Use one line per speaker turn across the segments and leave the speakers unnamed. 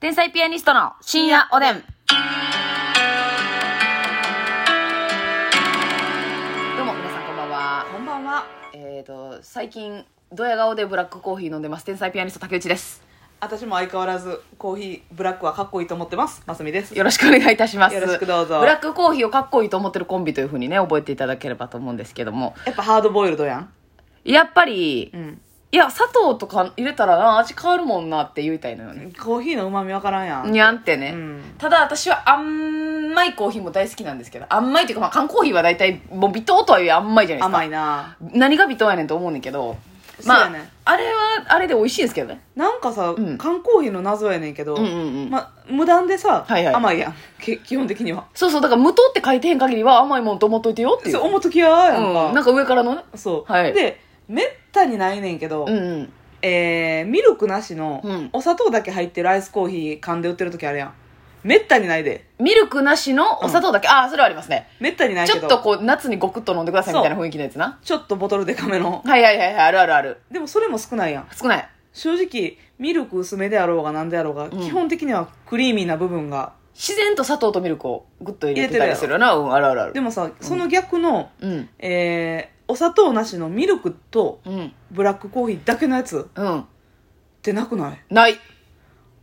天才ピアニストの深夜おでん。どうも皆さんこんばんは。
こんばんは。
えっ、と、最近、ドヤ顔でブラックコーヒー飲んでます。天才ピアニスト竹内です。
私も相変わらずコーヒーブラックはかっこいいと思ってます。ますみです。
よろしくお願いいたします。
よろしくどうぞ
ブラックコーヒーをかっこいいと思ってるコンビというふうにね、覚えていただければと思うんですけども。
やっぱハードボイルドやん。
やっぱり、
ん。
いや、砂糖とか入れたらな、味変わるもんなって言いたいのよね。
コーヒーの旨味わからんやん。
にゃんってね。
うん
ただ私は甘いコーヒーも大好きなんですけど、甘いっていうか、まあ缶コーヒーは大体、もう微糖とはいえ甘いじゃないですか。
甘いな。
何が微糖やねんと思うねんけど、
そうやね
あれはあれで美味しいんですけどね
なんかさ、
うん
缶コーヒーの謎やねんけど、
うんうんうん
ま、無断でさ、
はいはい
甘いやん。け基本的には。
そうそうだから無糖って書いてへん限りは甘いもんと思っといてよっていう
そう、思うときややんか。
うん、なんか上からのね
そう。
はい
で、めったにないねんけど、
うんうん
えーミルクなしの
うん
お砂糖だけ入ってるアイスコーヒー缶で売ってるときあるやん。めったにないで。
ミルクなしのお砂糖だけ、ああそれはありますね
めったにない
ち
け
ょ
ど。
っとこう夏にゴクッと飲んでくださいみたいな
そ
雰囲気のやつな
ちょっとボトルでかめの。
はいはいはいはいあるあるある
でもそれも少ないやん。
少ない
正直ミルク薄めであろうが何であろうが、基本的にはクリーミーな部分が
自然と砂糖とミルクをグッと入れてたりするよなうんあるあるあ
で
る
もさその逆の、
うん
えーお砂糖なしのミルクと
うん
ブラックコーヒーだけのやつっ
うん
てなくない
ないって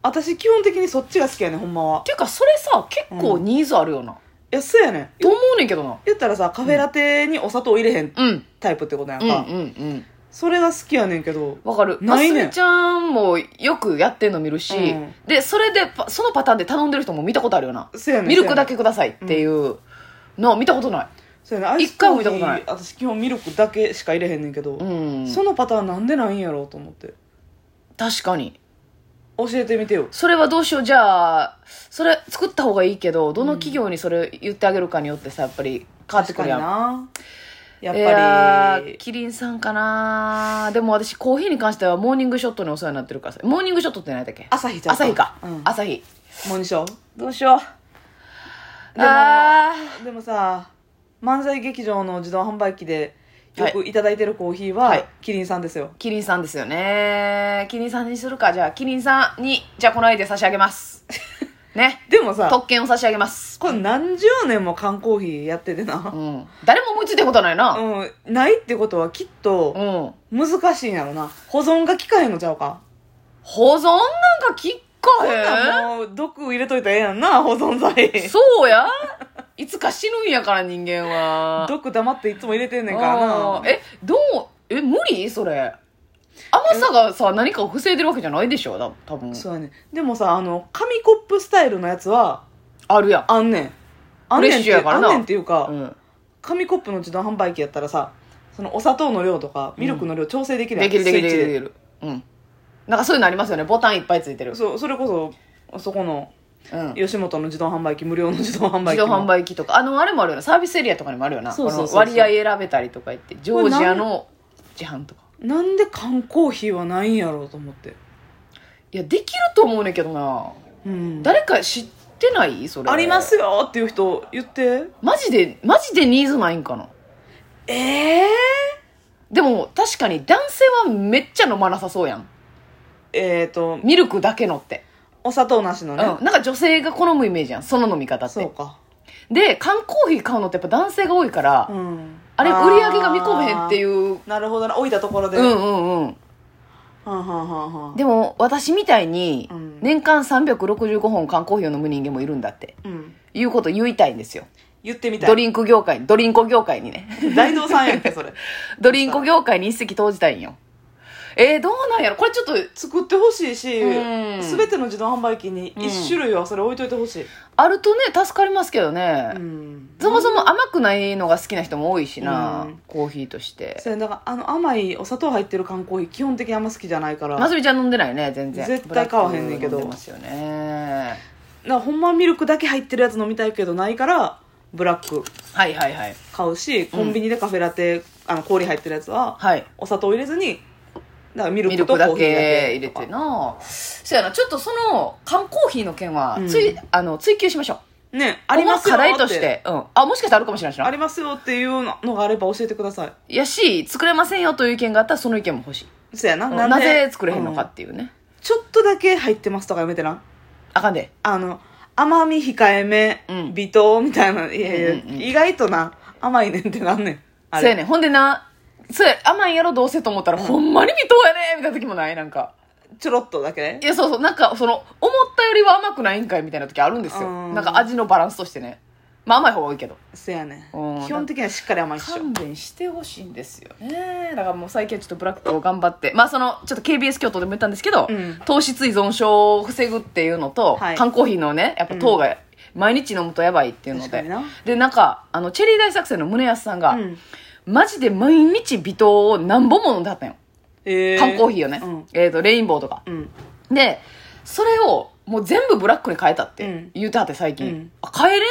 私基本的にそっちが好きやねんほんまは
いうかそれさ結構ニーズあるよな、
いやそうやねん
と思うねんけどな
言ったらさカフェラテにお砂糖入れへん
うん
タイプってことやん
うんうん
か、
うん
それが好きやねんけど
わかる。な
ないね
すみちゃんもよくやってんの見るし、
うん
で、それでパ、そのパターンで頼んでる人も見たことあるよな。
そうやねん
ミルクだ
け
けくださいっていうのを見たことない。
そうやねんアイス
一回
コ
も
ー
見たこ
ヒ
とない
ー私基本ミルクだけしか入れへんねんけど、
うん。
そのパターンなんでないんやろうと思って
確かに。
教えてみてよ
それはどうしよう。じゃあ、それ作った方がいいけど、どの企業にそれ言ってあげるかによってさ、やっぱり変わって
確
く
か
る
に
やん。
なやっ
いや
ぱ
ー
り
キリンさんかなでも私コーヒーに関してはモーニングショットにお世話になってるからさモーニングショットって何だっけ
朝日ちゃん
朝日か、
うん
朝日
モニショー
どうしよう
でも
あー
でもさ漫才劇場の自動販売機でよ
は
くいただいてるコーヒーは、
はい
キリンさんですよ
キリンさんですよねキリンさんにするかじゃあキリンさんにじゃあこの間差し上げます ね
でもさ
特権を差し上げます
これ何十年も缶コーヒーやってて
う
な、
ん誰も思いついたことないな
うんないってことはきっ
う
と
ん
難しいんやろな保存が効かへんのちゃうか
保存なんかきっか
ほんな
へ
らもう毒入れといたらええやんな保存
ん
剤
そうやいつか死ぬんやから人間は
毒黙っていつも入れてんねんから
あ
な
ーえどうえ無理それ甘さがさ何かを防いでるわけじゃないでしょだ多分
そうやねでもさあの紙コップスタイルのやつは
あるやん
あんねんあんねんっ
フレッシュ
て
やから
あん
な
ねんっていうか、
うん
紙コップの自動販売機やったらさそのお砂糖の量とかミルクの量調整できる
で
やん
きるできる
スイ
でき
ッ
る
チ
できるうんなんかそういうのありますよねボタンいっぱいついてる
そうそれこそそこの
うん
吉本の自動販売機無料の自動販売
自
機も
動販売機とかあのあれもあるよなサービスエリアとかにもあるよな
そうそうそう
この割合選べたりとか言ってジョージアの自販とか
なんで缶コーヒーはないんやろうと思って
いやできると思うねんけどな
うん
誰か知ってないそれ
ありますよっていう人言って
マジでマジでニーズないんかな
ええ
でも確かに男性はめっちゃ飲まなさそうやん
えーと
ミルクだけのって、
お砂糖なしの
うん、
ね、
なんか女性が好むイメージやんその飲み方っ
そう
て
か
で缶コーヒー買うのってやっぱ男性が多いから、
うん
あれ売り上げが見込めへんっていうう
なるほどな置いたところで、
う
は
ん
ん
うんうん
はんはんはん
でも私みたいに
うん
年間365本缶コーヒーを飲む人間もいるんだって
うん
いうこと言いたいんですよ
言ってみたい
ドリンク業界ドリンコ業界に ね
大道さんやんけそれ
ドリンコ業界に一石投じたいんよえー、どうなんやろこれちょっと
作ってほしいし、
うん
すべての自動販売機に1種類はそれ置いといてほしい、
あるとね助かりますけどね、
うん
そもそも甘くないのが好きな人も多いしな、
うん
コーヒーとして
それだからあの甘いお砂糖入ってる缶コーヒー基本的にあんま好きじゃないから
ま
な
すみちゃん飲んでないね全然
絶対買わへんねんけど
ブラック飲でますよね
んかほんまはミルクだけ入ってるやつ飲みたいけどないからブラック
はいはいはい
買うしコンビニでカフェラテ、あの氷入ってるやつは
はい
お砂糖入れずにだからミル
ミ
ク
ル
と
ク
コー
だ
ヒーだ
け
け
入れてなそうやなちょっとその缶コーヒーの件は
うん
つい、あの追求しましょう
ねあります
こ
よ
こは課題とし
って
て、うん、あもしかしたらあるかもしれないし
あ
な
りますよっていうののがあれば教えてください
やし作れませんよという意見があったらその意見も欲しい
そやな
な
で
ぜ作れへんのか
う
っていうね、
ちょっとだけ入ってますとかやめてな
あかんで
あの甘み控えめ、
うん
微糖みたいないやいや、
うんうんうん
意外とな甘いねんってなんねんあ
そう
れ
やねんほんでなそうや甘いやろどうせと思ったら、ほんまに微糖やねみたいな時もないなんか
ちょろっとだけ
いやそうそうなんかその思ったよりは甘くないんかいみたいな時あるんですよ
うん
なんか味のバランスとしてねまあ甘い方がいいけど
そうやね
うん
基本的にはしっかり甘いっしょ
勘弁してほしいんですよねだからもう最近はちょっとブラックを頑張ってまあそのちょっと KBS 京都でも言ったんですけど、
うん
糖質依存症を防ぐっていうのと、
はい
缶コーヒーのねやっぱ糖が毎日飲むとやばいっていうの
確か
で
にな
でなんかあのチェリー大作戦の宗安さんが、
うん
マジで毎日微糖を何本も飲んではったんよ
え
缶コーヒーをね、
うん
えー、とレインボーとか
うん
でそれをもう全部ブラックに変えたっ
う
て
ん
言うてはって最近、
うん
あ変えれん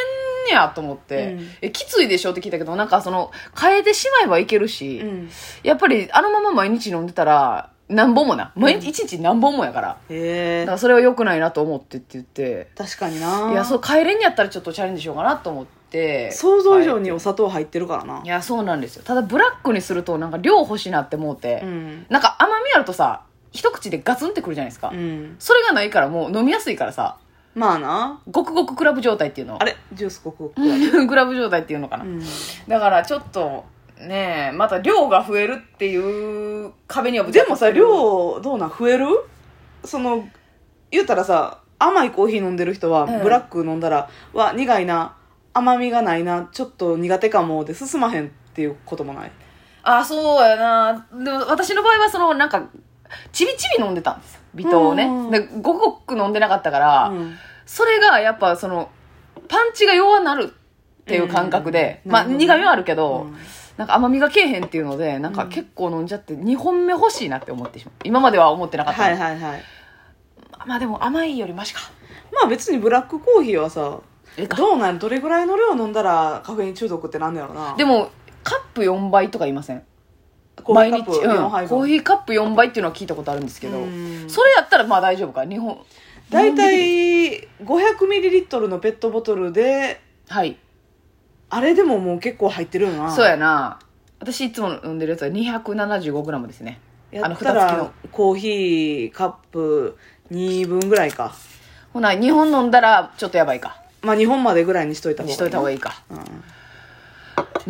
ねやと思って、
うん
えきついでしょって聞いたけどなんかその変えてしまえばいけるし、
うん
やっぱりあのまま毎日飲んでたら何本もな毎日一日何本もやから、
え
だからそれは良くないなと思ってって言って
確かにない
いやそう変えれんやったらちょっとチャレンジしようかなと思って
想像以上
変え
にお砂糖入ってるからな
ていやそうなんですよただブラックにするとなんか量欲しいなって思うて、
うん
なんか甘みあるとさ一口でガツンってくるじゃないですか、
うん
それがないからもう飲みやすいからさ
まあな
ごくごくクラブ状態っていうの
あれジュースごくごく
クラブ状態っていうのかな、
うん
だからちょっとねえまた量が増えるっていう壁には
でもさ量どうなん増えるその言うたらさ甘いコーヒー飲んでる人は、
うん
ブラック飲んだらは苦いな甘みがないなちょっと苦手かもで進まへんっていうこともない
あそうやなでも私の場合はそのなんかちびちび飲んでたんですよ微糖をね、
うん
でごくごく飲んでなかったから、
うん
それがやっぱそのパンチが弱なるっていう感覚で、
うん
まあ
なるほど
苦味はあるけど、
うん
なんか甘みがけえへんっていうのでなんか結構飲んじゃって2本目欲しいなって思ってしまう今までは思ってなかった、
はいはいはい
まあでも甘いよりマシか
まあ別にブラックコーヒーはさ
ええか
どうなんどれぐらいの量飲んだらカフェイン中毒ってなんだろうな
でもカップ4倍とか言いません
コーヒーカップ
毎日、うん
4杯分
コーヒーカップ4倍っていうのは聞いたことあるんですけど、
うん
それやったらまあ大丈夫か日本
大体500ミリリットルのペットボトルで
はい
あれでももう結構入ってるよな
そうやな私いつも飲んでるやつは 275g ですね
や
あの
った
蓋付き
ら
の
コーヒーカップ2分ぐらいか
ほな2本飲んだらちょっとやばいか
まあ2本までぐらいにしといた方がいい
しといた方が
い、
いいか
うん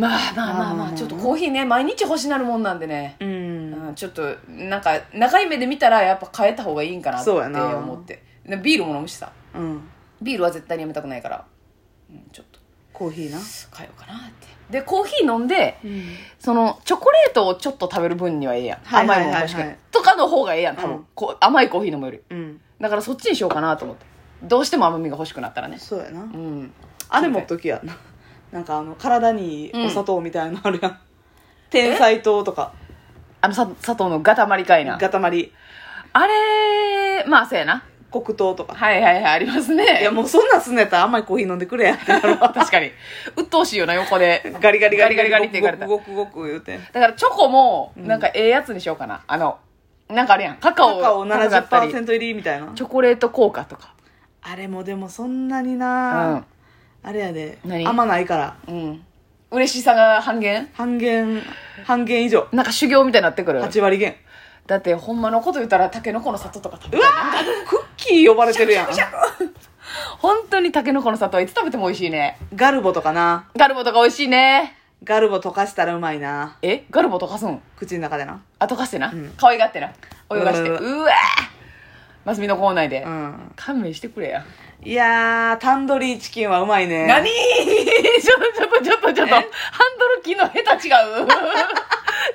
まあまあまあま
あ
あ
ー
ちょっとコーヒーね毎日欲しなるもんなんでね
う
うんんちょっとなんか長い目で見たらやっぱ変えた方がいいんかなって
そうやな
思ってでビールも飲むしさ
うん、
ビールは絶対にやめたくないから、うん、ちょっと
コーヒーな、
変えようかなってでコーヒー飲んでそのチョコレートをちょっと食べる分にはいいやん、
はいはいはいは
甘
い
いもの欲しくないとかの方がええやん多分、
うん
こう甘いコーヒー飲むより
うん、
だからそっちにしようかなと思ってどうしても甘みが欲しくなったらね
そうやな
うん
あれ持っときやな なんかあの体にいいお砂糖みたいなのあるやん、天才糖とか
あのさ砂糖のガタマリかいな
ガタマリ
あれまあそうやな
黒糖とか
はいはいはいありますね
いやもうそんなんすんのやったら甘いコーヒー飲んでくれやってなるわ
確かに鬱陶しいよな横で
ガリガリガリガリ
ガリガリって言われた
ゴクゴクゴク言うて
だからチョコも
うん
なんかええやつにしようかな、あのなんかあるやんカカ
カ
オ
カオ
高かったり
70%入りみたいな
チョコレート効果とか
あれもでもそんなに
う
な、
ん
あれやで
何
甘ないから
うん嬉しさが半減
半減半減以上
なんか修行みたいになってくる
8割減
だってほんまのこと言ったらタケノコの里とか食べ
うわークッキー呼ばれてるやん
本当にタケノコの里はいつ食べても美味しいね
ガルボとかな
ガルボとか美味しいね
ガルボ溶かしたらうまいな
えガルボ溶かすん
口の中でな
あ溶かしてな、
うん
可愛がってな泳がして
う
う
わう
わーマスミの校内で、
うん
勘弁してくれや、
いやータンドリーチキンはうまいね
何 ちょっとちょっとちょっとちょっとハンドル切るの下手違う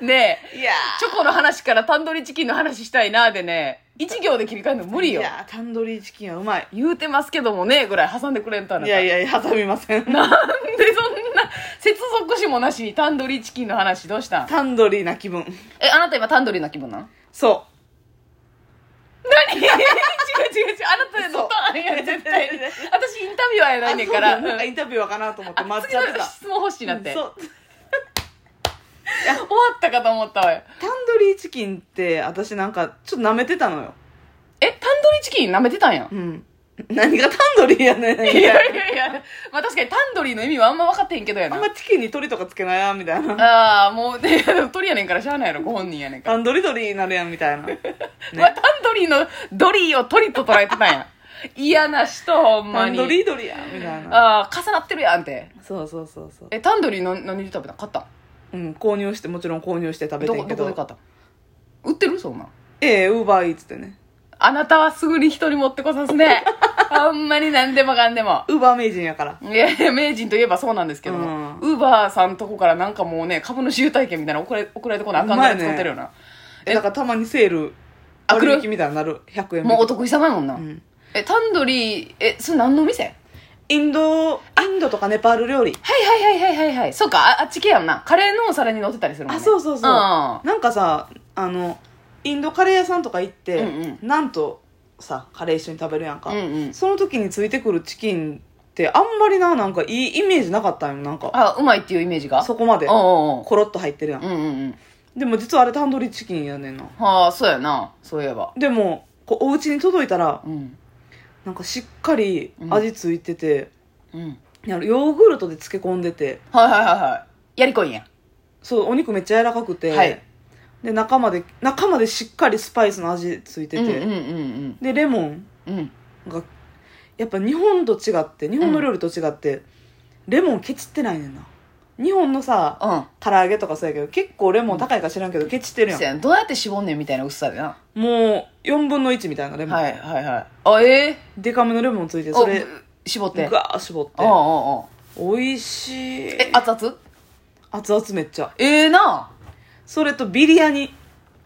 ねえ
いや
チョコの話からタンドリーチキンの話したいなでね一行で切り替えるの
ー
無理よ
いやータンドリーチキンはうまい
言うてますけどもねぐらい挟んでくれんとあないた
やいやいや挟みません
なんでそんな 接続詞もなしにタンドリーチキンの話どうしたん
タンドリーな気分
えあなた今タンドリーな気分なん
そ
何 違う違う違うあなたのターンや絶対に私インタビュアーや
う
ないねんから
あそうなんかインタビューはかなと思って
あ
待っち
次
ゃって
の
た
質問欲しいなって終
そ
わ
う
ったかと思ったわよ
タンドリーチキンって私なんかちょっと舐めてたのよ
えタンドリーチキン舐めてたんやん
うん何がタンドリーやねん
い やいやいやまあ確かにタンドリーの意味はあんま分かってへんけどやな
あんまチキンに鳥とかつけないやんみたいな
ああもうね鳥やねんからしゃあないやろご本人やねんから
タンドリドリになるやんみたいな
うわタンドリーのドリーを鳥と捉えてたんや嫌な人ほんま
タン
に
ドリードリやみたいな
ああ重なってるやんって
そうそうそうそう
えタンドリーの何で食べたん買ったん
うん購入してもちろん購入して食べ
ど
て
こ
んけ
ど
ど
こで買ったん売ってるそんなん
ええウーバーイーツってね
あなたはすぐに人に持ってこさす ねほんまに何でもかんでも
ウーバー名人やから
いやいや名人といえばそうなんですけども、ウーバーさんとこからなんかもうね株主優待券みたいなの送られ送られてこなあかんから使ってるよな、
えだからたまにセール
あ来る
割引みたいになる100円引き
もうお得意様やもんな、
うん
えタンドリーえそれ何のお店はい
インドインドとかネパール料理
はいはいはいはいはいそうかああっち系やんなカレーのお皿に乗ってたりするもん、
あ
ね、
そうそうそ
ん
う、なんかさあのインドカレー屋さんとか行って、
うんう
なんとさカレー一緒に食べるやんか、
うんうん
その時についてくるチキンってあんまりななんかいいイメージなかったんよなんか
あうまいっていうイメージが
そこまで
うんうん
コロッと入ってるやん、
うんうんうんうん
でも実はあれタンドリーチキンやねんな
はあそうやなそういえば
でもこうお家に届いたら
うん
なんかしっかり味ついてて、
うん
あのヨーグルトで漬け込んでて
はいはいはいはいやりこいんや
そうお肉めっちゃ柔らかくて、
はい
で中まで中までしっかりスパイスの味ついてて、
うんうんうん
でレモン
うんうん
がやっぱ日本と違って日本の料理と違って、レモンケチってないねんな日本のさ
うん
唐揚げとかそうやけど結構レモン高いか知らんけどケチってるや
そう
ん、
やんどうやって絞んねんみたいな薄さでな、
もう4分の1みたいなレモン、
はいはいはいあえ
デカめのレモンついて
え
それ
絞って
ガーッ絞っ
う
て
んうんうん
美味しい
え熱々
熱々めっちゃ
ええな
それとビリヤニ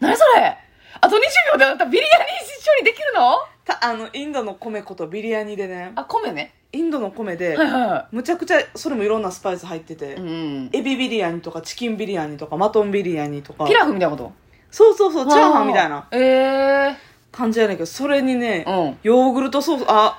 何それあと20秒であなたビリヤニ処理できるの
たあのインドの米粉とビリヤニでね
あ米ね
インドの米で、
はいはいは
むちゃくちゃそれもいろんなスパイス入ってて、
いうん
エビビリヤニとかチキンビリヤニとかマトンビリヤニとか
ピラフみたいなこと
そうそうそうチャーハンみたいな
ええ
感じやねんけどそれにね、
うん
ヨーグルトソースあ